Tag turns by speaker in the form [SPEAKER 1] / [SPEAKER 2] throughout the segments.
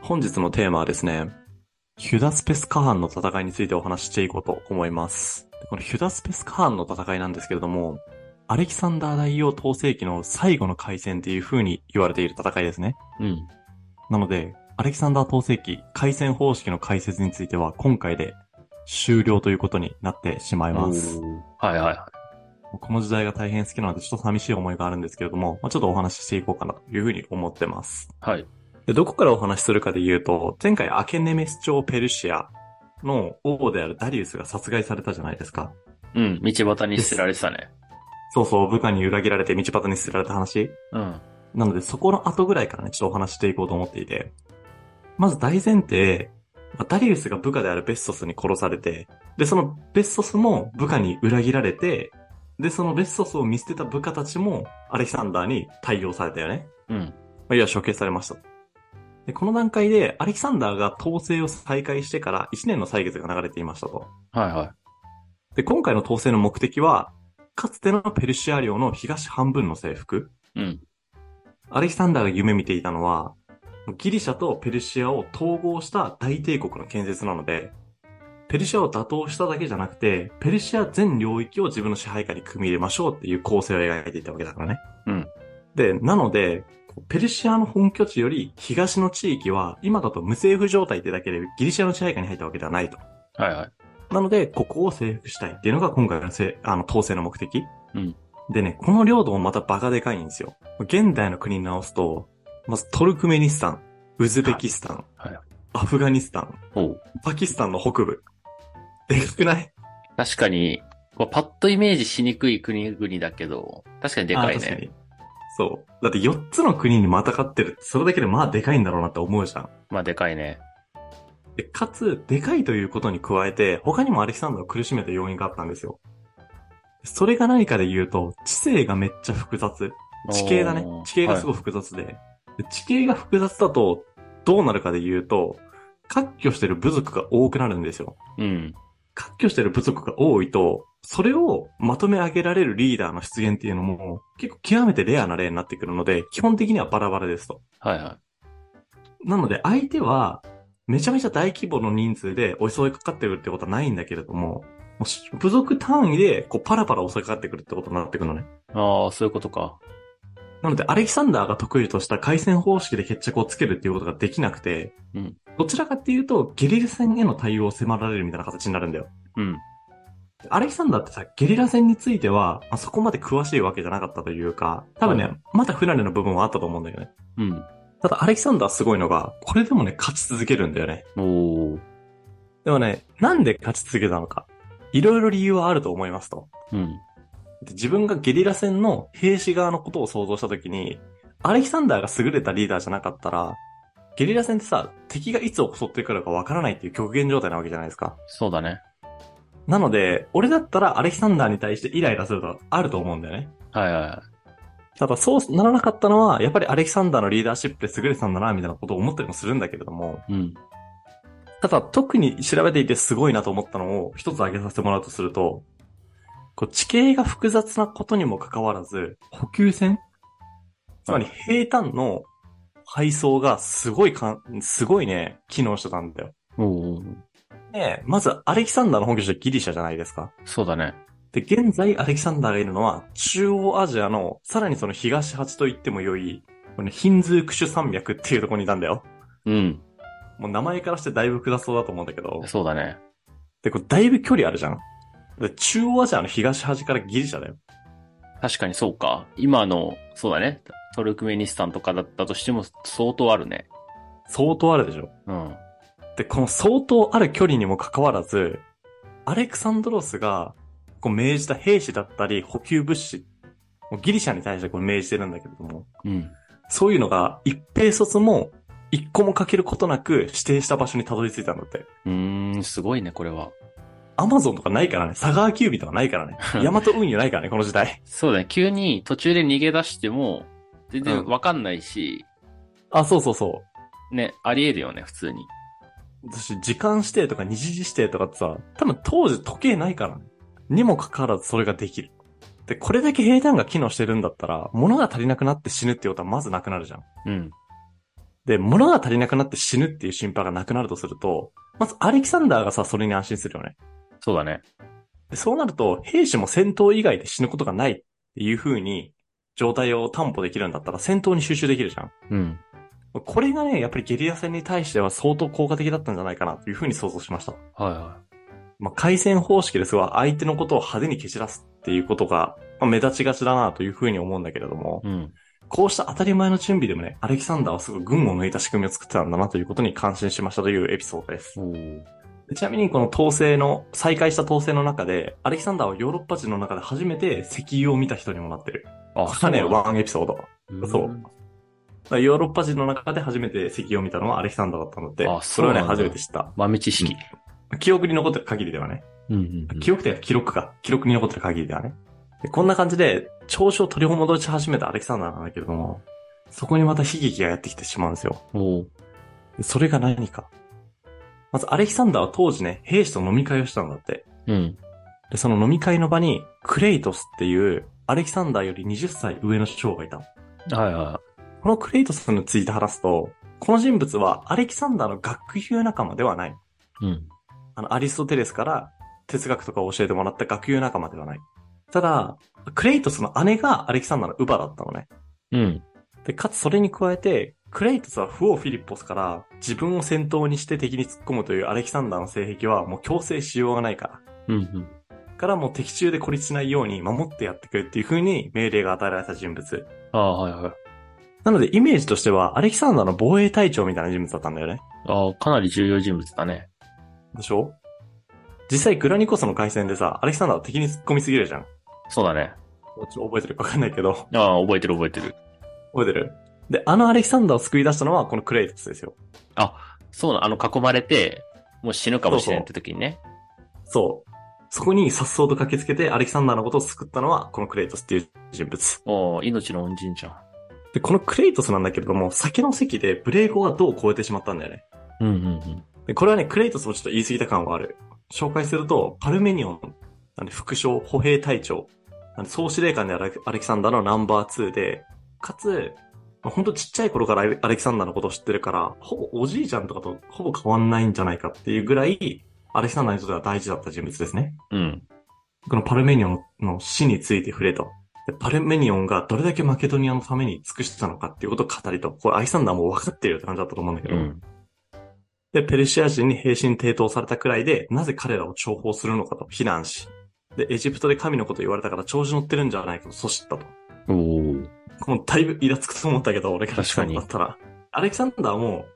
[SPEAKER 1] 本日のテーマはですね、ヒュダスペスカハンの戦いについてお話ししていこうと思います。でこのヒュダスペスカハンの戦いなんですけれども、アレキサンダー大王統制期の最後の海戦っていう風に言われている戦いですね。
[SPEAKER 2] うん。
[SPEAKER 1] なので、アレキサンダー統制期海戦方式の解説については今回で終了ということになってしまいます。
[SPEAKER 2] はいはいは
[SPEAKER 1] この時代が大変好きなのでちょっと寂しい思いがあるんですけれども、まあ、ちょっとお話ししていこうかなというふうに思ってます。
[SPEAKER 2] い。はい。
[SPEAKER 1] で、どこからお話しするかで言うと、前回アケネメス朝ペルシアの王であるダリウスが殺害されたじゃないですか。
[SPEAKER 2] うん。道端に捨てられてたね。
[SPEAKER 1] そうそう、部下に裏切られて道端に捨てられた話。
[SPEAKER 2] うん。
[SPEAKER 1] なので、そこの後ぐらいからね、ちょっとお話ししていこうと思っていて。まず大前提、まあダリウスが部下であるベッソスに殺されて、で、そのベッソスも部下に裏切られて、で、そのベッソスを見捨てた部下たちもアレキサンダーに対応されたよね。
[SPEAKER 2] うん。
[SPEAKER 1] まあ、いわゆる処刑されました。で、この段階で、アレキサンダーが統制を再開してから1年の歳月が流れていましたと。
[SPEAKER 2] はいはい。
[SPEAKER 1] で、今回の統制の目的は、かつてのペルシア領の東半分の征服。
[SPEAKER 2] うん。
[SPEAKER 1] アレキサンダーが夢見ていたのは、ギリシャとペルシアを統合した大帝国の建設なので、ペルシアを打倒しただけじゃなくて、ペルシア全領域を自分の支配下に組み入れましょうっていう構成を描いていたわけだからね。
[SPEAKER 2] うん。
[SPEAKER 1] で、なので、ペルシアの本拠地より東の地域は、今だと無政府状態ってだけでギリシャの支配下に入ったわけではないと。
[SPEAKER 2] はいはい。
[SPEAKER 1] なので、ここを征服したいっていうのが今回のせあの統制の目的。
[SPEAKER 2] うん
[SPEAKER 1] でね、この領土もまたバカでかいんですよ。現代の国に直すと、まずトルクメニスタン、ウズベキスタン、
[SPEAKER 2] はいはい
[SPEAKER 1] アフガニスタン、
[SPEAKER 2] おう
[SPEAKER 1] パキスタンの北部。でかくない
[SPEAKER 2] 確かに、こうパッとイメージしにくい国々だけど、確かにでかい
[SPEAKER 1] あ確
[SPEAKER 2] ね。
[SPEAKER 1] にそう。だって4つの国にまたがってるってそれだけでまあでかいんだろうなって思うじゃん。
[SPEAKER 2] まあでかいね。
[SPEAKER 1] で、かつ、でかいということに加えて、他にもアレキサンダーを苦しめた要因があったんですよ。それが何かで言うと、地勢がめっちゃ複雑。地形だね
[SPEAKER 2] お。ー
[SPEAKER 1] 地形がすごい複雑で,、で地形が複雑だと、どうなるかで言うと、割拠してる部族が多くなるんですよ。
[SPEAKER 2] はいうん。
[SPEAKER 1] 割拠してる部族が多いと、それをまとめ上げられるリーダーの出現っていうのも、結構極めてレアな例になってくるので、基本的にはバラバラですと。
[SPEAKER 2] はいはい。
[SPEAKER 1] なので相手は、めちゃめちゃ大規模の人数で襲いかかってくるってことはないんだけれども、もうし部族単位でこうパラパラ襲いかかってくるってことになってくるのね。
[SPEAKER 2] ああ、そういうことか。
[SPEAKER 1] なので、アレキサンダーが得意とした回戦方式で決着をつけるっていうことができなくて、
[SPEAKER 2] うん
[SPEAKER 1] どちらかっていうと、ゲリラ戦への対応を迫られるみたいな形になるんだよ。
[SPEAKER 2] うん。
[SPEAKER 1] アレキサンダーってさ、ゲリラ戦については、まあそこまで詳しいわけじゃなかったというか、多分ね、
[SPEAKER 2] は
[SPEAKER 1] まだ不慣れな部分はあったと思うんだよね。
[SPEAKER 2] うん。
[SPEAKER 1] ただ、アレキサンダーすごいのが、これでもね、勝ち続けるんだよね。
[SPEAKER 2] おー。
[SPEAKER 1] でもね、なんで勝ち続けたのか。いろいろ理由はあると思いますと。
[SPEAKER 2] うん。
[SPEAKER 1] で自分がゲリラ戦の兵士側のことを想像したときに、アレキサンダーが優れたリーダーじゃなかったら、ゲリラ戦ってさ、敵がいつ襲ってくるかわからないっていう極限状態なわけじゃないですか。
[SPEAKER 2] そうだね。
[SPEAKER 1] なので、俺だったらアレキサンダーに対してイライラすることあると思うんだよね。
[SPEAKER 2] はいはいはい。
[SPEAKER 1] ただそうならなかったのは、やっぱりアレキサンダーのリーダーシップで優れてたんだな、みたいなことを思ったりもするんだけれども、
[SPEAKER 2] うん。
[SPEAKER 1] ただ、特に調べていてすごいなと思ったのを一つ挙げさせてもらうとすると、こう地形が複雑なことにもかかわらず、補給線つまり平坦の配送がすごいかん、すごいね、機能してたんだよ。
[SPEAKER 2] おー。
[SPEAKER 1] で、まずアレキサンダーの本拠地はギリシャじゃないですか。
[SPEAKER 2] そうだね。
[SPEAKER 1] で、現在アレキサンダーがいるのは中央アジアのさらにその東八と言っても良い、このヒンズークシュ山脈っていうところにいたんだよ。
[SPEAKER 2] うん。
[SPEAKER 1] もう名前からしてだいぶ複雑そうだと思うんだけど。
[SPEAKER 2] そうだね。
[SPEAKER 1] で、これだいぶ距離あるじゃん。で、中央アジアの東端からギリシャだよ。
[SPEAKER 2] 確かにそうか。今の、そうだね。トルクメニスタンとかだったとしても相当あるね。
[SPEAKER 1] 相当あるでしょ。
[SPEAKER 2] うん。
[SPEAKER 1] で、この相当ある距離にもかかわらず、アレクサンドロスが、こう命じた兵士だったり、補給物資、もうギリシャに対してこう命じてるんだけれども、
[SPEAKER 2] うん。
[SPEAKER 1] そういうのが一平卒も一個もかけることなく指定した場所にたどり着いたんだって。
[SPEAKER 2] うーん、すごいね、これは。
[SPEAKER 1] アマゾンとかないからね、サガーキュービとかないからね、ヤマト運輸ないからね、この時代。
[SPEAKER 2] そうだね、急に途中で逃げ出しても、全然わかんないし、
[SPEAKER 1] あ、そうそうそう。
[SPEAKER 2] ね、あり得るよね、普通に。
[SPEAKER 1] 私、時間指定とか日時指定とかってさ、多分当時時計ないからね。にもかかわらずそれができる。で、これだけ平坦が機能してるんだったら、物が足りなくなって死ぬってことはまずなくなるじゃん。
[SPEAKER 2] うん。
[SPEAKER 1] で、物が足りなくなって死ぬっていう心配がなくなるとすると、まずアレキサンダーがさ、それに安心するよね。
[SPEAKER 2] そうだね。
[SPEAKER 1] でそうなると、兵士も戦闘以外で死ぬことがないっていう風に、状態を担保できるんだったら戦闘に集中できるじゃん。
[SPEAKER 2] うん。
[SPEAKER 1] これがね、やっぱりゲリラ戦に対しては相当効果的だったんじゃないかなという風に想像しました。
[SPEAKER 2] はいは
[SPEAKER 1] まあ、回戦方式ですが、相手のことを派手に蹴散らすっていうことが、まあ、目立ちがちだなという風に思うんだけれども、
[SPEAKER 2] い。うん。
[SPEAKER 1] こうした当たり前の準備でもね、アレキサンダーはすごい群を抜いた仕組みを作ってたんだなということに感心しましたというエピソードです。
[SPEAKER 2] おー
[SPEAKER 1] ちなみにこの統制の、再開した統制の中で、アレキサンダーはヨーロッパ人の中で初めて石油を見た人にもなってる。
[SPEAKER 2] あ
[SPEAKER 1] これはね、
[SPEAKER 2] なんだ
[SPEAKER 1] ワンエピソード。だか
[SPEAKER 2] うん
[SPEAKER 1] そうらヨーロッパ人の中で初めて石油を見たのはアレキサンダーだったので
[SPEAKER 2] あ、
[SPEAKER 1] それはね、
[SPEAKER 2] そうなんだ
[SPEAKER 1] 初めて知った。
[SPEAKER 2] 豆知識。
[SPEAKER 1] 記憶に残ってる限りではね。
[SPEAKER 2] うんうんうん。
[SPEAKER 1] 記憶というか記録か。記録に残ってる限りではね。でこんな感じで、調子を取り戻し始めたアレキサンダーなんだけれども、そこにまた悲劇がやってきてしまうんですよ。
[SPEAKER 2] おー
[SPEAKER 1] それが何か。まず、アレキサンダーは当時ね、兵士と飲み会をしたんだって。
[SPEAKER 2] うん。
[SPEAKER 1] で、その飲み会の場に、クレイトスっていう、アレキサンダーより20歳上の将がいた。
[SPEAKER 2] はいは
[SPEAKER 1] このクレイトスについて話すと、この人物はアレキサンダーの学友仲間ではない。
[SPEAKER 2] い。うん。
[SPEAKER 1] あの、アリストテレスから哲学とかを教えてもらった学友仲間ではない。ただ、クレイトスの姉がアレキサンダーの乳母だったのね。
[SPEAKER 2] うん。
[SPEAKER 1] で、かつそれに加えて、クレイトスはフオ・フィリッポスから自分を先頭にして敵に突っ込むというアレキサンダーの性癖はもう強制しようがないから。
[SPEAKER 2] うんうん。
[SPEAKER 1] からもう敵中で孤立しないように守ってやってくれっていう風に命令が与えられた人物。
[SPEAKER 2] ああ、はいはい。
[SPEAKER 1] なのでイメージとしてはアレキサンダーの防衛隊長みたいな人物だったんだよね。
[SPEAKER 2] ああ、かなり重要人物だね。
[SPEAKER 1] でしょ実際グラニコスの回戦でさ、アレキサンダーは敵に突っ込みすぎるじゃん。ち
[SPEAKER 2] そうだね。
[SPEAKER 1] ょっと覚えてるかわかんないけど。
[SPEAKER 2] ああ、覚えてる覚えてる。
[SPEAKER 1] 覚えてるで、あのアレキサンダーを救い出したのはこのクレイトスですよ。
[SPEAKER 2] そうな、あの、囲まれて、もう死ぬかもしれんって時にね。
[SPEAKER 1] そう。そこに颯爽と駆けつけてアレキサンダーのことを救ったのはこのクレイトスっていう人物。
[SPEAKER 2] おー命の恩人じゃん。
[SPEAKER 1] で、このクレイトスなんだけれども、酒の席でブレイゴがどう超えてしまったんだよね。
[SPEAKER 2] うんうん
[SPEAKER 1] で、これはね、クレイトスもちょっと言い過ぎた感はある。紹介すると、パルメニオン、なんで副将、歩兵隊長、なんで総司令官であるアレキサンダーのナンバー2で、かつ、まあほんとちっちゃい頃からアレアレキサンダーのことを知ってるから、ほぼおじいちゃんとかとほぼ変わんないんじゃないかっていうぐらい、アレキサンダーにとっては大事だった人物ですね。
[SPEAKER 2] うん。うん。
[SPEAKER 1] このパルメニオンの死について触れと。でパルメニオンがどれだけマケドニアのために尽くしてたのかっていうことを語りと。これアレキサンダーも分かってるよって感じだったと思うんだけ
[SPEAKER 2] う
[SPEAKER 1] ど。
[SPEAKER 2] ん。
[SPEAKER 1] で、ペルシア人に兵士に抵当されたくらいで、なぜ彼らを重宝するのかと非難し、で、エジプトで神のこと言われたから調子乗ってるんじゃないかと阻止ったと。
[SPEAKER 2] おー
[SPEAKER 1] もうだいぶイラつくと思ったけど、俺からしたらだったら。アレキサンダーも、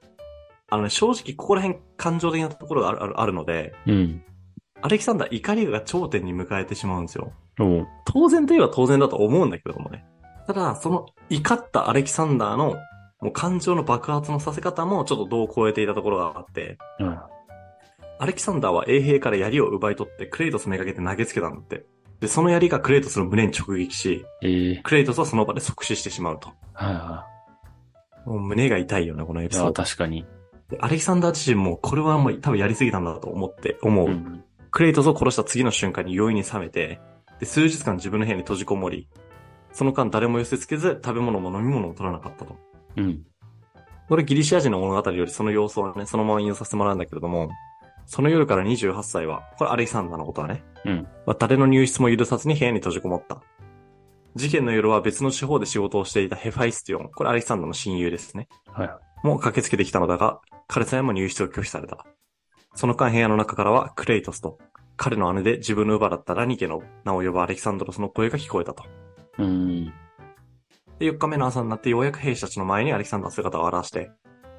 [SPEAKER 1] あのね、正直ここら辺感情的なところがあるあるあるので、
[SPEAKER 2] うん。
[SPEAKER 1] アレキサンダー怒りが頂点に迎えてしまうんですよ。
[SPEAKER 2] おー
[SPEAKER 1] 当然といえば当然だと思うんだけどもね。ただ、その怒ったアレキサンダーの、もう感情の爆発のさせ方もちょっと度を超えていたところがあって、
[SPEAKER 2] うん。
[SPEAKER 1] アレキサンダーは衛兵から槍を奪い取ってクレイトスめがけて投げつけたんだって。で、その槍がクレイトスの胸に直撃し、
[SPEAKER 2] ええ
[SPEAKER 1] クレイトスはその場で即死してしまうと。
[SPEAKER 2] はいは
[SPEAKER 1] もう胸が痛いよね、このエ
[SPEAKER 2] い。
[SPEAKER 1] ピ
[SPEAKER 2] い
[SPEAKER 1] ソ
[SPEAKER 2] や、
[SPEAKER 1] ード。
[SPEAKER 2] 確かに。
[SPEAKER 1] でアレキサンダー自身も、これはもう多分やりすぎたんだと思って、思う。
[SPEAKER 2] うん。
[SPEAKER 1] クレイトスを殺した次の瞬間に容易に冷めて、で、数日間自分の部屋に閉じこもり、その間誰も寄せ付けず、食べ物も飲み物も取らなかったと。
[SPEAKER 2] うん。
[SPEAKER 1] これギリシア人の物語よりその様子をね、そのまま引用させてもらうんだけれども、その夜から28歳は、これアレキサンダーのことはね、
[SPEAKER 2] うん
[SPEAKER 1] まあ誰の入室も許さずに部屋に閉じこもった。事件の夜は別の地方で仕事をしていたヘファイスティオン、これアレキサンダーの親友ですね。
[SPEAKER 2] はいは
[SPEAKER 1] もう駆けつけてきたのだが、彼さえも入室を拒否された。その間部屋の中からはクレイトスと、彼の姉で自分の乳母だったラニケの名を呼ぶアレキサンドロスの声が聞こえたと。
[SPEAKER 2] うん。
[SPEAKER 1] で、4日目の朝になってようやく兵士たちの前にアレキサンダーの姿を現して、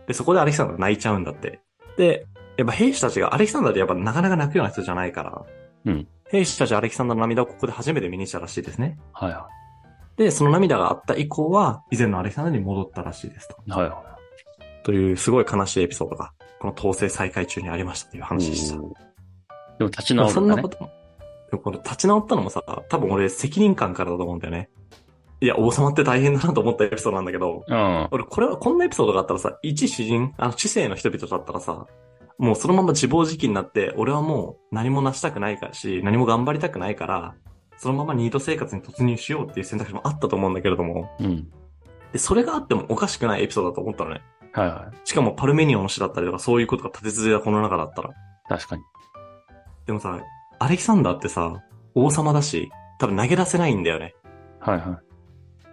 [SPEAKER 1] で、そこでアレキサンダーが泣いちゃうんだって。で、やっぱ兵士たちが、アレキサンダーってやっぱなかなか泣くような人じゃないから、
[SPEAKER 2] うん。
[SPEAKER 1] 兵士たちはアレキサンダーの涙をここで初めて見にしたらしいですね。
[SPEAKER 2] はいは
[SPEAKER 1] で、その涙があった以降は、以前のアレキサンダーに戻ったらしいですと。
[SPEAKER 2] い。はいは
[SPEAKER 1] という、すごい悲しいエピソードが、この統制再開中にありましたという
[SPEAKER 2] い。
[SPEAKER 1] 話でした。
[SPEAKER 2] おーでも立ち
[SPEAKER 1] まあ
[SPEAKER 2] 直る
[SPEAKER 1] そん
[SPEAKER 2] んだ
[SPEAKER 1] なこ。
[SPEAKER 2] ね
[SPEAKER 1] とも。でもこれ立ち直ったのもさ、多分俺責任感からだと思うんだよね。いや、王様って大変だなと思ったエピソードなんだけど、
[SPEAKER 2] うん。
[SPEAKER 1] 俺、これは、こんなエピソードがあったらさ、一詩人、あの、知性の人々だったらさ、もうそのまま自暴自棄になって、俺はもう何も成したくないからし、何も頑張りたくないから、そのままニート生活に突入しようっていう選択肢もあったと思うんだけれども、
[SPEAKER 2] うん。
[SPEAKER 1] で、それがあってもおかしくないエピソードだと思ったのね。
[SPEAKER 2] はいは
[SPEAKER 1] しかもパルメニオンの死だったりとかそういうことが立て続けだこの中だったら。
[SPEAKER 2] い。確かに。
[SPEAKER 1] でもさ、アレキサンダーってさ、王様だし、多分投げ出せないんだよね。
[SPEAKER 2] はいは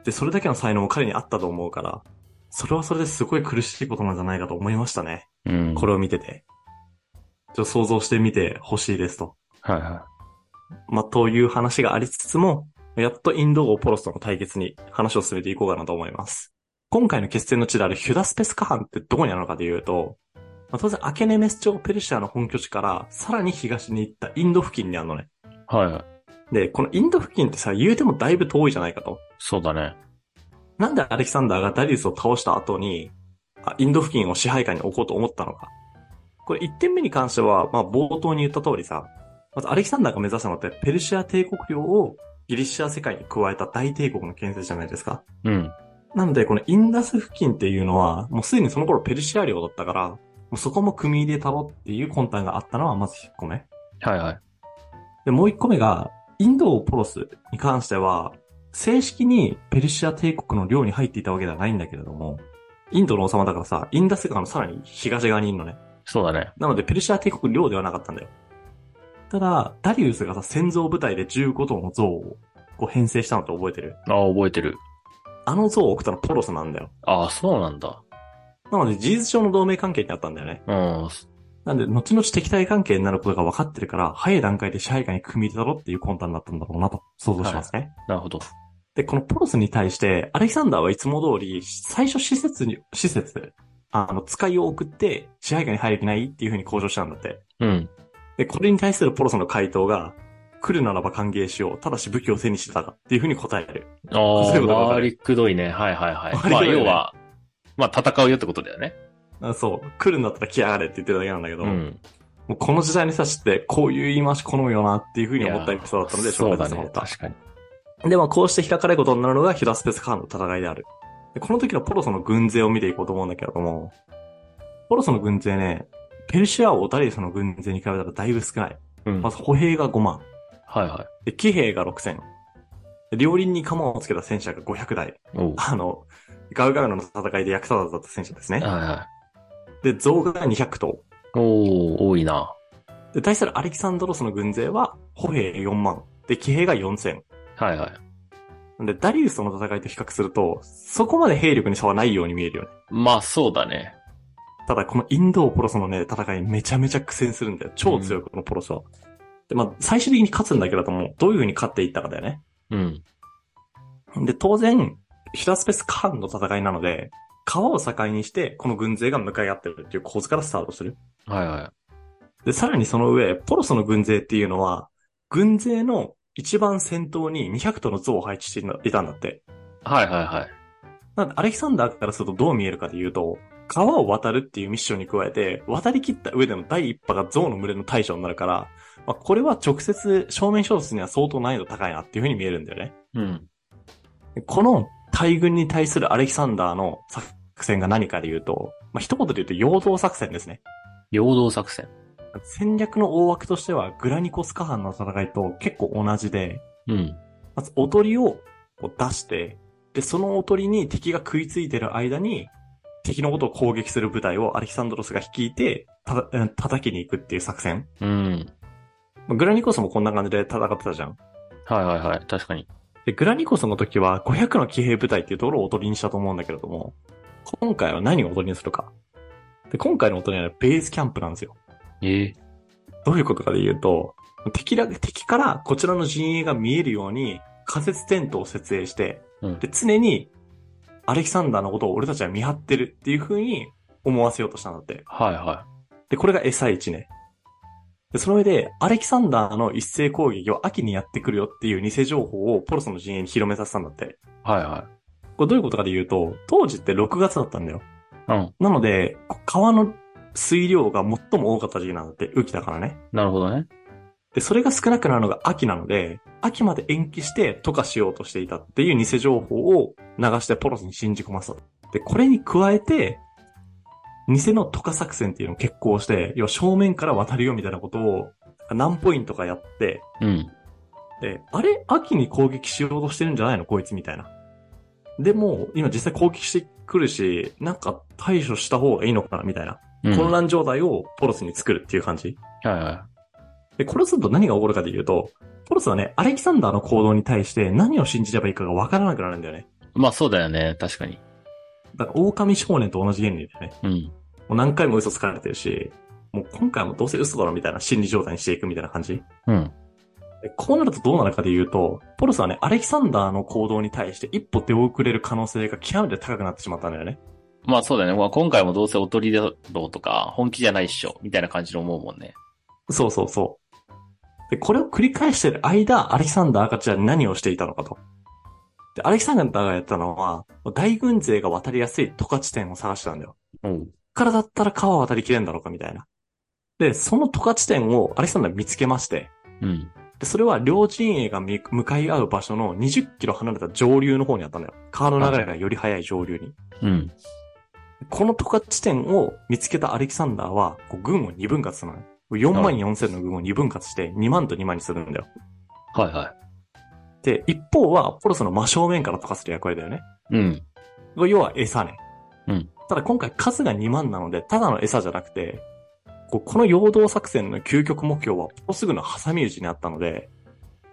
[SPEAKER 2] い。
[SPEAKER 1] で、それだけの才能も彼にあったと思うから、それはそれですごい苦しいことなんじゃないかと思いましたね。
[SPEAKER 2] うん。
[SPEAKER 1] こ
[SPEAKER 2] れ。
[SPEAKER 1] れを見てて。ちょっと想像してみてほしいですと。
[SPEAKER 2] はいは
[SPEAKER 1] まあ、という話がありつつも、やっとインド王ポロスとの対決に話を進めていこうかなと思います。今回の決戦の地であるヒュダスペスカハンってどこにあるのかというと、まあ、当然アケネメス朝ペルシアの本拠地からさらに東に行ったインド付近にあるのね。
[SPEAKER 2] い。はいはい。
[SPEAKER 1] で、このインド付近ってさ、言うてもだいぶ遠いじゃないかと。
[SPEAKER 2] そうだね。
[SPEAKER 1] なんでアレキサンダーがダリウスを倒した後に、あインド付近を支配下に置こうと思ったのか。これ1点目に関しては、まあ冒頭に言った通りさ、まずアレキサンダーが目指したのってペルシア帝国領をギリシア世界に加えた大帝国の建設じゃないですか。
[SPEAKER 2] うん。
[SPEAKER 1] なので、このインダス付近っていうのは、もうすでにその頃ペルシア領だったから、もうそこも組み入れたろっていう魂胆があったのはまず1個目。
[SPEAKER 2] はいはい。
[SPEAKER 1] で、もう一個目が、インド王ポロスに関しては、正式にペルシア帝国の領に入っていたわけではないんだけれども、インドの王様だからさ、インダス川のさらに東側にいるのね。
[SPEAKER 2] そうだね。
[SPEAKER 1] なので、ペルシア帝国領ではなかったんだよ。ただ、ダリウスがさ、戦像部隊で15頭の像をこう編成したのって覚えてる
[SPEAKER 2] ああ、覚えてる。
[SPEAKER 1] あの像を送ったのポロスなんだよ。
[SPEAKER 2] ああ、そうなんだ。
[SPEAKER 1] なので、事実上の同盟関係にあったんだよね。
[SPEAKER 2] うん。
[SPEAKER 1] なんで、後々敵対関係になることが分かってるから、早い段階で支配下に組み入れたろっていう魂胆だったんだろうなと想像しますね。
[SPEAKER 2] なるほど。
[SPEAKER 1] で、このポロスに対して、アレキサンダーはいつも通り、最初施設に、施設、あの、使いを送って、支配下に入れてないっていう風に向上したんだって。
[SPEAKER 2] うん。
[SPEAKER 1] で、これに対するポロスの回答が、来るならば歓迎しよう。ただし武器を背にしてたらっていう風に答える。
[SPEAKER 2] あ あ、
[SPEAKER 1] そういうことが分かる
[SPEAKER 2] 回りくどいね。はいはいはい。
[SPEAKER 1] 回り
[SPEAKER 2] ま
[SPEAKER 1] く
[SPEAKER 2] あ、
[SPEAKER 1] どいね
[SPEAKER 2] 要は、まあ、戦うよってことだよね。
[SPEAKER 1] あそう。来るんだったら来やがれって言ってるだけなんだけど、
[SPEAKER 2] うん。
[SPEAKER 1] もうこの時代に差して、こういう言い回し好むよなっていう風に思ったエピソードだったので、
[SPEAKER 2] そうだ
[SPEAKER 1] してもら
[SPEAKER 2] ね
[SPEAKER 1] っ。た
[SPEAKER 2] 確かに。
[SPEAKER 1] で、まあ、こうして開かれることになるのがヒュダスペースカーンの戦いである。でこの時のポロソの軍勢を見ていこうと思うんだけれども、ポロソの軍勢ね、ペルシア王ダリウスの軍勢に比べたらだいぶ少ない。
[SPEAKER 2] うん。
[SPEAKER 1] ま
[SPEAKER 2] はい
[SPEAKER 1] ず歩兵が5万、
[SPEAKER 2] は
[SPEAKER 1] で騎兵が6000、で両輪に鎌をつけた戦車が500台。
[SPEAKER 2] い。おう。
[SPEAKER 1] あの、ガウガウの戦いで役立たずだった戦車ですね。
[SPEAKER 2] はいは
[SPEAKER 1] で、象が200頭。
[SPEAKER 2] い。おお多いな。
[SPEAKER 1] で、対するアレキサンドロスの軍勢は歩兵4万、で騎兵が4000。
[SPEAKER 2] はいはい。
[SPEAKER 1] で、ダリウスとの戦いと比較すると、そこまで兵力に差はないように見えるよね。
[SPEAKER 2] まあ、そうだね。
[SPEAKER 1] ただこのインド王ポロスのね、戦いめちゃめちゃ苦戦するんだよ。超強い、このポロスは。で、まあ、最終的に勝つんだけれども、どういう風に勝っていったかだよね。
[SPEAKER 2] うん。
[SPEAKER 1] で、当然、ヒュダスペースカーンの戦いなので、川を境にして、この軍勢が向かい合ってるっていう構図からスタートする。
[SPEAKER 2] はいは
[SPEAKER 1] で、さらにその上、ポロスの軍勢っていうのは、軍勢の一番先頭に200頭の像を配置していたんだって。
[SPEAKER 2] い。はいはいはい。
[SPEAKER 1] なんで、アレキサンダーからするとどう見えるかというと、川を渡るっていうミッションに加えて、渡り切った上での第一波が象の群れの対象になるから、まあ、これは直接正面衝突には相当難易度高いなっていう風に見えるんだよね。
[SPEAKER 2] うん。
[SPEAKER 1] でこの大軍に対するアレキサンダーの作戦が何かで言うと、まあ、一言で言うと陽動作戦ですね。
[SPEAKER 2] 陽動作戦。
[SPEAKER 1] 戦略の大枠としては、グラニコスカハンの戦いと結構同じで、
[SPEAKER 2] うん。
[SPEAKER 1] まず、おとりをこう出して、で、そのおとりに敵が食いついてる間に、敵のことを攻撃する部隊をアレキサンドロスが率いて、たたうん叩きに行くっていう作戦。
[SPEAKER 2] うん。
[SPEAKER 1] まあグラニコスもこんな感じで戦ってたじゃん。
[SPEAKER 2] はいはいはい。確かに。
[SPEAKER 1] で、グラニコスの時は500の騎兵部隊っていうところをおとりにしたと思うんだけれども、今回は何をおとりにするか。で、今回のおとりはベースキャンプなんですよ。
[SPEAKER 2] ええ。
[SPEAKER 1] どういうことかで言うと、敵ら敵からこちらの陣営が見えるように仮設テントを設営して、
[SPEAKER 2] うん
[SPEAKER 1] で常にアレキサンダーのことを俺たちは見張ってるっていう風に思わせようとしたんだって。
[SPEAKER 2] はいは
[SPEAKER 1] で、これが餌1ね。で、その上で、アレキサンダーの一斉攻撃を秋にやってくるよっていう偽情報をポロソの陣営に広めさせたんだって。
[SPEAKER 2] い。はいは
[SPEAKER 1] これどういうことかで言うと、当時って6月だったんだよ。
[SPEAKER 2] い。うん。
[SPEAKER 1] なので、こ川の水量が最も多かった時期なんだって、雨季だからね。
[SPEAKER 2] なるほどね。
[SPEAKER 1] で、それが少なくなるのが秋なので、秋まで延期して渡化しようとしていたっていう偽情報を流してポロスに信じ込ませた。で、これに加えて、偽の渡化作戦っていうのを決行して、要は正面から渡るよみたいなことを何ポイントかやって、
[SPEAKER 2] うん。
[SPEAKER 1] で、あれ秋に攻撃しようとしてるんじゃないのこいつみたいな。でも、今実際攻撃してくるし、なんか対処した方がいいのかな、みたいな。
[SPEAKER 2] うん
[SPEAKER 1] 混乱状態をポロスに作るっていう感じ。
[SPEAKER 2] はいは
[SPEAKER 1] で、これをすると何が起こるかというと、ポロスはね、アレキサンダーの行動に対して何を信じればいいかがわからなくなるんだよね。
[SPEAKER 2] い。まあそうだよね。確かに。
[SPEAKER 1] だから、狼少年と同じ原理だよね。
[SPEAKER 2] うん。
[SPEAKER 1] もう何回も嘘つかれてるし、もう今回もどうせ嘘だろみたいな心理状態にしていくみたいな感じ。
[SPEAKER 2] うん。
[SPEAKER 1] でこうなるとどうなるかで言うと、ポロスはね、アレキサンダーの行動に対して一歩出遅れる可能性が極めて高くなってしまったんだよね。
[SPEAKER 2] まあそうだよね。まあ今回もどうせおとりだろうとか、本気じゃないっしょ、みたいな感じで思うもんね。
[SPEAKER 1] そうそうそう。で、これを繰り返してる間、アレキサンダーがじゃあ何をしていたのかと。で、アレキサンダーがやったのは、大軍勢が渡りやすいトカ地点を探してたんだよ。
[SPEAKER 2] うん。
[SPEAKER 1] こっからだったら川を渡りきれんだろうかみたいな。で、そのトカ地点をアレキサンダー見つけまして、
[SPEAKER 2] うん。
[SPEAKER 1] で、それは両陣営がみ向かい合う場所の20キロ離れた上流の方にあったんだよ。川の流れがより速い上流に。
[SPEAKER 2] うん。
[SPEAKER 1] このトカ地点を見つけたアレキサンダーは、こう軍を2分割するのね。4万4千の軍を2分割して2万と2万にするんだよ。
[SPEAKER 2] はいは
[SPEAKER 1] で、一方はポロスの真正面から溶かす役割だよね。
[SPEAKER 2] い。うん。
[SPEAKER 1] これ要は餌ね。
[SPEAKER 2] うん。
[SPEAKER 1] ただ今回数が2万なので、ただの餌じゃなくて、こうこの陽動作戦の究極目標は、ポロス軍の挟み撃ちにあったので、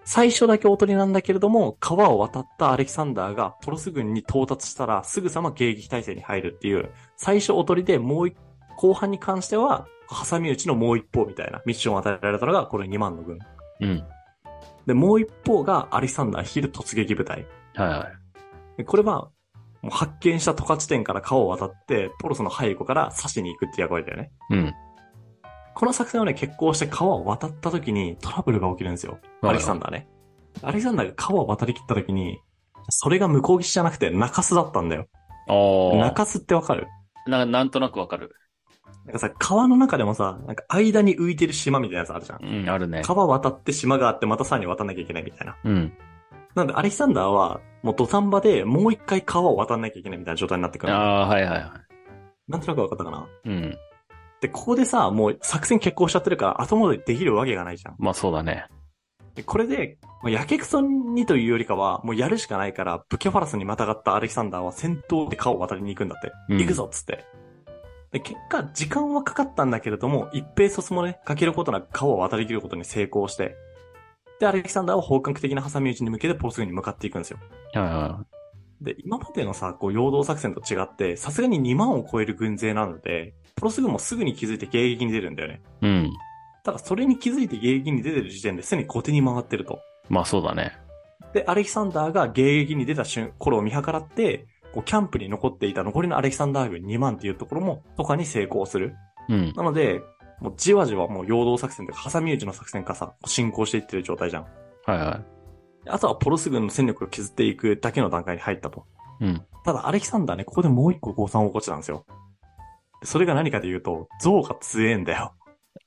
[SPEAKER 1] 最初だけおとりなんだけれども、川を渡ったアレキサンダーがポロス軍に到達したら、すぐさま迎撃態勢に入るっていう、最初おとりでもう一、後半に関しては、挟み撃ちのもう一方みたいなミッションを与えられたのが、この2万の軍。
[SPEAKER 2] うん。
[SPEAKER 1] で、もう一方がアレキサンダー率いる突撃部隊。
[SPEAKER 2] はいはい。
[SPEAKER 1] でこれは、もう発見したトカ地点から川を渡って、ポロスの背後から刺しに行くっていう役割だよね。
[SPEAKER 2] うん。
[SPEAKER 1] この作戦をね、決行して川を渡った時にトラブルが起きるんですよ。アレキサンダーね。アレキサンダーが川を渡り切った時に、それが向こう岸じゃなくて中洲だったんだよ。
[SPEAKER 2] あー
[SPEAKER 1] 中洲ってわかる
[SPEAKER 2] な、なんとなくわかる。
[SPEAKER 1] なんかさ、川の中でもさ、なんか間に浮いてる島みたいなやつあるじゃん
[SPEAKER 2] う。ん、あるね。
[SPEAKER 1] 川渡って島があってまたさらに渡んなきゃいけないみたいな。
[SPEAKER 2] うん。
[SPEAKER 1] なんでアレキサンダーはもう土壇場でもう一回川を渡んなきゃいけないみたいな状態になってくるの。
[SPEAKER 2] ああー、はいはいは。
[SPEAKER 1] なんとなくわかったかない
[SPEAKER 2] うん。
[SPEAKER 1] で、ここでさ、もう作戦決行しちゃってるから後戻りできるわけがないじゃん。
[SPEAKER 2] まあそうだね。
[SPEAKER 1] で、これで、まあ、やけくそにというよりかは、もうやるしかないから、ブケファラスにまたがったアレキサンダーは先頭で川を渡りに行くんだって。
[SPEAKER 2] うん
[SPEAKER 1] 行くぞっつって。で、結果、時間はかかったんだけれども、一平卒もね、かけることなく川を渡りきることに成功して、で、アレキサンダーは本格的な挟み撃ちに向けてポロス軍に向かっていくんですよ。
[SPEAKER 2] はいは
[SPEAKER 1] で、今までのさ、こう、陽動作戦と違って、さすがに2万を超える軍勢なので、ポロス軍もすぐに気づいて迎撃に出るんだよね。
[SPEAKER 2] い。うん。
[SPEAKER 1] ただ、それに気づいて迎撃に出てる時点ですでに後手に回ってると。
[SPEAKER 2] まあそうだね。
[SPEAKER 1] で、アレキサンダーが迎撃に出た瞬、頃を見計らって、こう、キャンプに残っていた残りのアレキサンダー軍2万っていうところも、とかに成功する。
[SPEAKER 2] うん。
[SPEAKER 1] なので、もうじわじわもう陽動作戦というか、挟み撃ちの作戦化さ、進行していってる状態じゃん。
[SPEAKER 2] はいは
[SPEAKER 1] あとはポロス軍の戦力を削っていくだけの段階に入ったと。
[SPEAKER 2] い。うん。
[SPEAKER 1] ただ、アレキサンダーね、ここでもう一個誤算を起こしてたんですよ。でそれが何かというと、象が強えんだよ。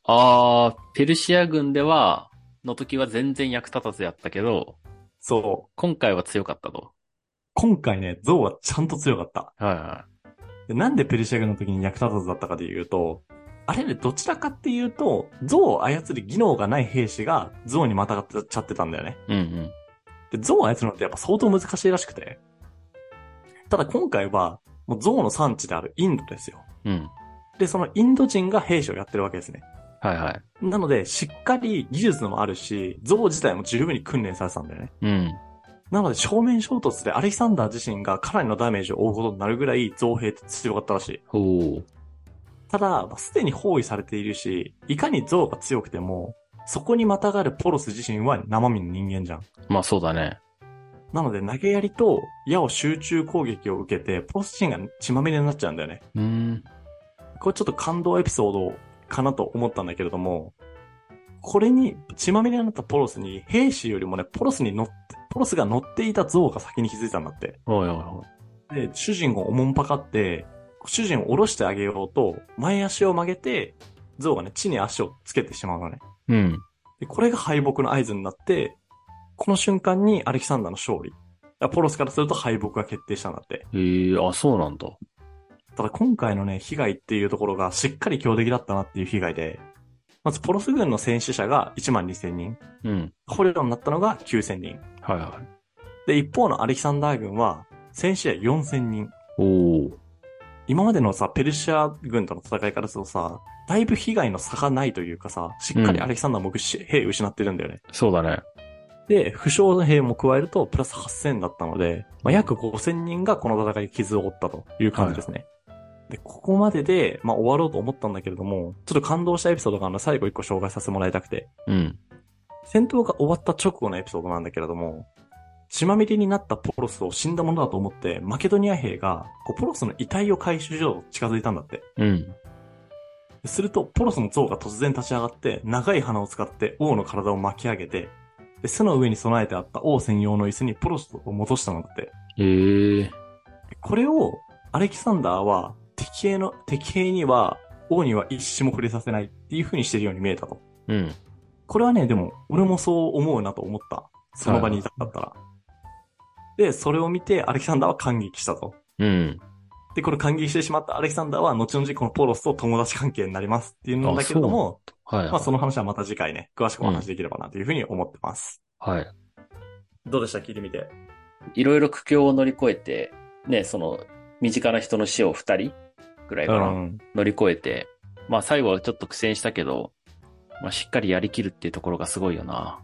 [SPEAKER 2] ああ、ペルシア軍では、の時は全然役立たずやったけど、
[SPEAKER 1] そう。
[SPEAKER 2] 今回は強かったと。
[SPEAKER 1] 今回ね、象はちゃんと強かった。
[SPEAKER 2] はいは
[SPEAKER 1] でなんでペルシア軍の時に役立たずだったかで言うと、あれね、どちらかっていうと、象を操る技能がない兵士が象にまたがっちゃってたんだよね。
[SPEAKER 2] い。うん
[SPEAKER 1] で、象を操るのってやっぱ相当難しいらしくて。ただ今回は、もう象の産地であるインドですよ。
[SPEAKER 2] うん。うん。
[SPEAKER 1] で、そのインド人が兵士をやってるわけですね。
[SPEAKER 2] はいはい。
[SPEAKER 1] なので、しっかり技術もあるし、象自体も十分に訓練されてたんだよね。
[SPEAKER 2] うん。
[SPEAKER 1] なので、正面衝突でアレキサンダー自身がかなりのダメージを負うことになるぐらい象兵って強かったらしい。
[SPEAKER 2] ほう。
[SPEAKER 1] ただ、まあすでに包囲されているし、いかに象が強くても、そこにまたがるポロス自身は生身の人間じゃん。
[SPEAKER 2] まあそうだね。
[SPEAKER 1] なので、投げやりと矢を集中攻撃を受けて、ポロス自身が血まみれになっちゃうんだよね。
[SPEAKER 2] うん。
[SPEAKER 1] これちょっと感動エピソードかなと思ったんだけれども、これに、血まみれになったポロスに、兵士よりもね、ポロスに乗って、ポロスが乗っていた象が先に気づいたんだって。
[SPEAKER 2] おいおいおい。
[SPEAKER 1] で、主人をおもんぱかって、主人を下ろしてあげようと、前足を曲げて、象がね、地に足をつけてしまうのね。
[SPEAKER 2] うん。
[SPEAKER 1] で、これが敗北の合図になって、この瞬間にアレキサンダーの勝利。だからポロスからすると敗北が決定したんだって。
[SPEAKER 2] ええあ、そうなんだ。
[SPEAKER 1] ただ今回のね、被害っていうところがしっかり強敵だったなっていう被害で、まずポロス軍の戦死者が1万2000人、
[SPEAKER 2] うん。
[SPEAKER 1] 捕虜になったのが9000人。
[SPEAKER 2] はいはい。
[SPEAKER 1] で、一方のアレキサンダー軍は、 1000試合4000人。
[SPEAKER 2] おお。
[SPEAKER 1] 今までのさ、ペルシア軍との戦いからするとさ、だいぶ被害の差がないというかさ、しっかりアレキサンダーも兵失ってるんだよね。
[SPEAKER 2] そうだね。
[SPEAKER 1] で、負傷兵も加えると、プラス8000だったので、まあ、約5000人がこの戦いに傷を負ったという感じですね。で、ここまでで、まあ、終わろうと思ったんだけれども、ちょっと感動したエピソードがあるので最後一個紹介させてもらいたくて、
[SPEAKER 2] うん。
[SPEAKER 1] 戦闘が終わった直後のエピソードなんだけれども、血まみれになったポロスを死んだものだと思って、マケドニア兵が、こうポロスの遺体を回収しようと近づいたんだって。
[SPEAKER 2] うん。
[SPEAKER 1] すると、ポロスの像が突然立ち上がって、長い鼻を使って王の体を巻き上げて、で巣の上に備えてあった王専用の椅子にポロスを戻したのだって。
[SPEAKER 2] ええ。
[SPEAKER 1] これを、アレキサンダーは、敵兵の、敵兵には、王には一種も触れさせないっていう風にしてるように見えたと。
[SPEAKER 2] うん。
[SPEAKER 1] これはね、でも、俺もそう思うなと思った。その場にいたかったら。で、それを見て、アレキサンダーは感激したと。
[SPEAKER 2] うん。
[SPEAKER 1] で、これ感激してしまったアレキサンダーは、後々このポロスと友達関係になりますっていうんだけれども、
[SPEAKER 2] はい。
[SPEAKER 1] まあその話はまた次回ね、詳しくお話しできればなというふうに思ってます。
[SPEAKER 2] はい。
[SPEAKER 1] どうでした聞いてみて。
[SPEAKER 2] いろいろ苦境を乗り越えて、ね、その、身近な人の死を二人ぐらいかな、
[SPEAKER 1] ん。
[SPEAKER 2] 乗り越えて、まあ最後はちょっと苦戦したけど、まあしっかりやりきるっていうところがすごいよな。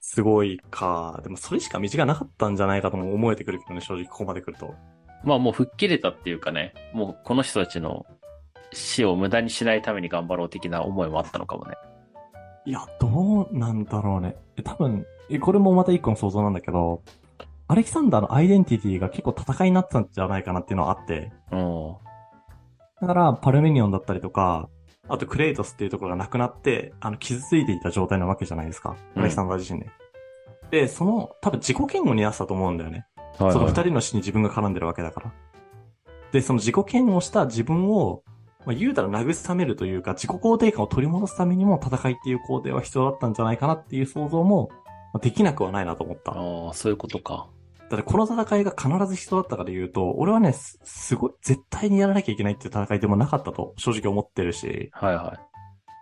[SPEAKER 1] すごいか。でもそれしか道がなかったんじゃないかとも思えてくるけどね、正直ここまで来ると。
[SPEAKER 2] まあもう吹っ切れたっていうかね、もうこの人たちの死を無駄にしないために頑張ろう的な思いもあったのかもね。
[SPEAKER 1] いや、どうなんだろうね。え多分、えこれもまた一個の想像なんだけど、アレキサンダーのアイデンティティが結構戦いになってたんじゃないかなっていうのはあって、
[SPEAKER 2] うん。
[SPEAKER 1] だからパルメニオンだったりとか、あとクレイトスっていうところがなくなって、あの、傷ついていた状態なわけじゃないですか。
[SPEAKER 2] うん
[SPEAKER 1] アレキサンダー自身ね。で、その、多分自己嫌悪になってたと思うんだよね。
[SPEAKER 2] はい
[SPEAKER 1] その二人の死に自分が絡んでるわけだから。で、その自己嫌悪した自分を、まあ、言うたら慰めるというか、自己肯定感を取り戻すためにも戦いっていう工程は必要だったんじゃないかなっていう想像も、まあできなくはないなと思った。だ
[SPEAKER 2] ああ、そういうことか。
[SPEAKER 1] ってこの戦いが必ず必要だったかで言うと、俺はね、すすごい、絶対にやらなきゃいけないっていう戦いでもなかったと正直思ってるし、
[SPEAKER 2] はいは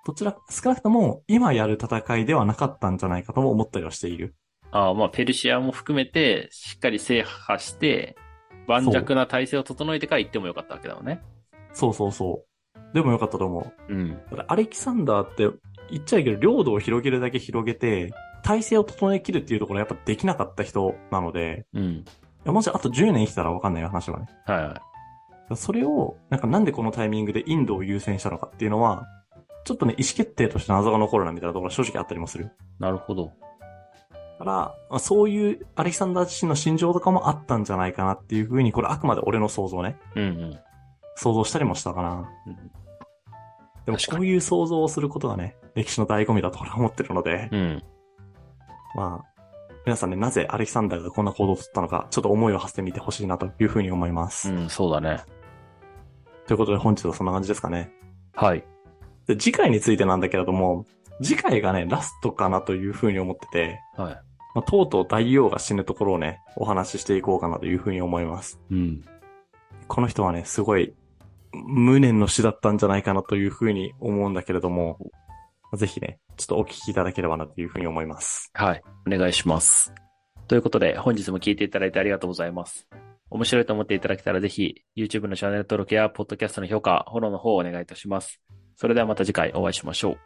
[SPEAKER 1] どちら、少なくとも今やる戦いではなかったんじゃないかとも思ったりはしている。
[SPEAKER 2] い。ああ、まあペルシアも含めて、しっかり制覇して、盤石な体制を整えてから行ってもよかったわけだもんね。
[SPEAKER 1] そうそうそう。でもよかったと思う。
[SPEAKER 2] うん。
[SPEAKER 1] だからアレキサンダーって言っちゃうけど、領土を広げるだけ広げて、体制を整えきるっていうところはやっぱできなかった人なので、
[SPEAKER 2] うん。
[SPEAKER 1] いやもしあと10年生きたらわかんないよ話はね。
[SPEAKER 2] はいはい。
[SPEAKER 1] だからそれを、なんかなんでこのタイミングでインドを優先したのかっていうのは、ちょっとね、意思決定として謎が残るなみたいなところは正直あったりもする。
[SPEAKER 2] なるほど。
[SPEAKER 1] だから、まあそういうアレキサンダー自身の心情とかもあったんじゃないかなっていうふうに、これあくまで俺の想像ね。
[SPEAKER 2] うんうん。
[SPEAKER 1] 想像したりもしたかな。でも
[SPEAKER 2] 確
[SPEAKER 1] こ
[SPEAKER 2] かに
[SPEAKER 1] ういう想像をすることがね、歴史の醍醐味だと俺は思ってるので、
[SPEAKER 2] うん。
[SPEAKER 1] まあ、皆さんね、なぜアレキサンダーがこんな行動をとったのか、ちょっと思いを馳せてみてほしいなというふうに思います。
[SPEAKER 2] うん、そうだね。
[SPEAKER 1] ということで本日はそんな感じですかね。
[SPEAKER 2] はい。
[SPEAKER 1] で、次回についてなんだけれども、次回がね、ラストかなというふうに思ってて、
[SPEAKER 2] は
[SPEAKER 1] まあ、とうとう大王が死ぬところをね、お話ししていこうかなというふうに思います。
[SPEAKER 2] い。うん。
[SPEAKER 1] この人はね、すごい、無念の死だったんじゃないかなというふうに思うんだけれども、ぜひね、ちょっとお聞きいただければなというふうに思います。
[SPEAKER 2] はい。お願いします。ということで、本日も聞いていただいてありがとうございます。面白いと思っていただけたら、ぜひ、YouTube のチャンネル登録や、ポッドキャストの評価、フォローの方をお願いいたします。それではまた次回お会いしましょう。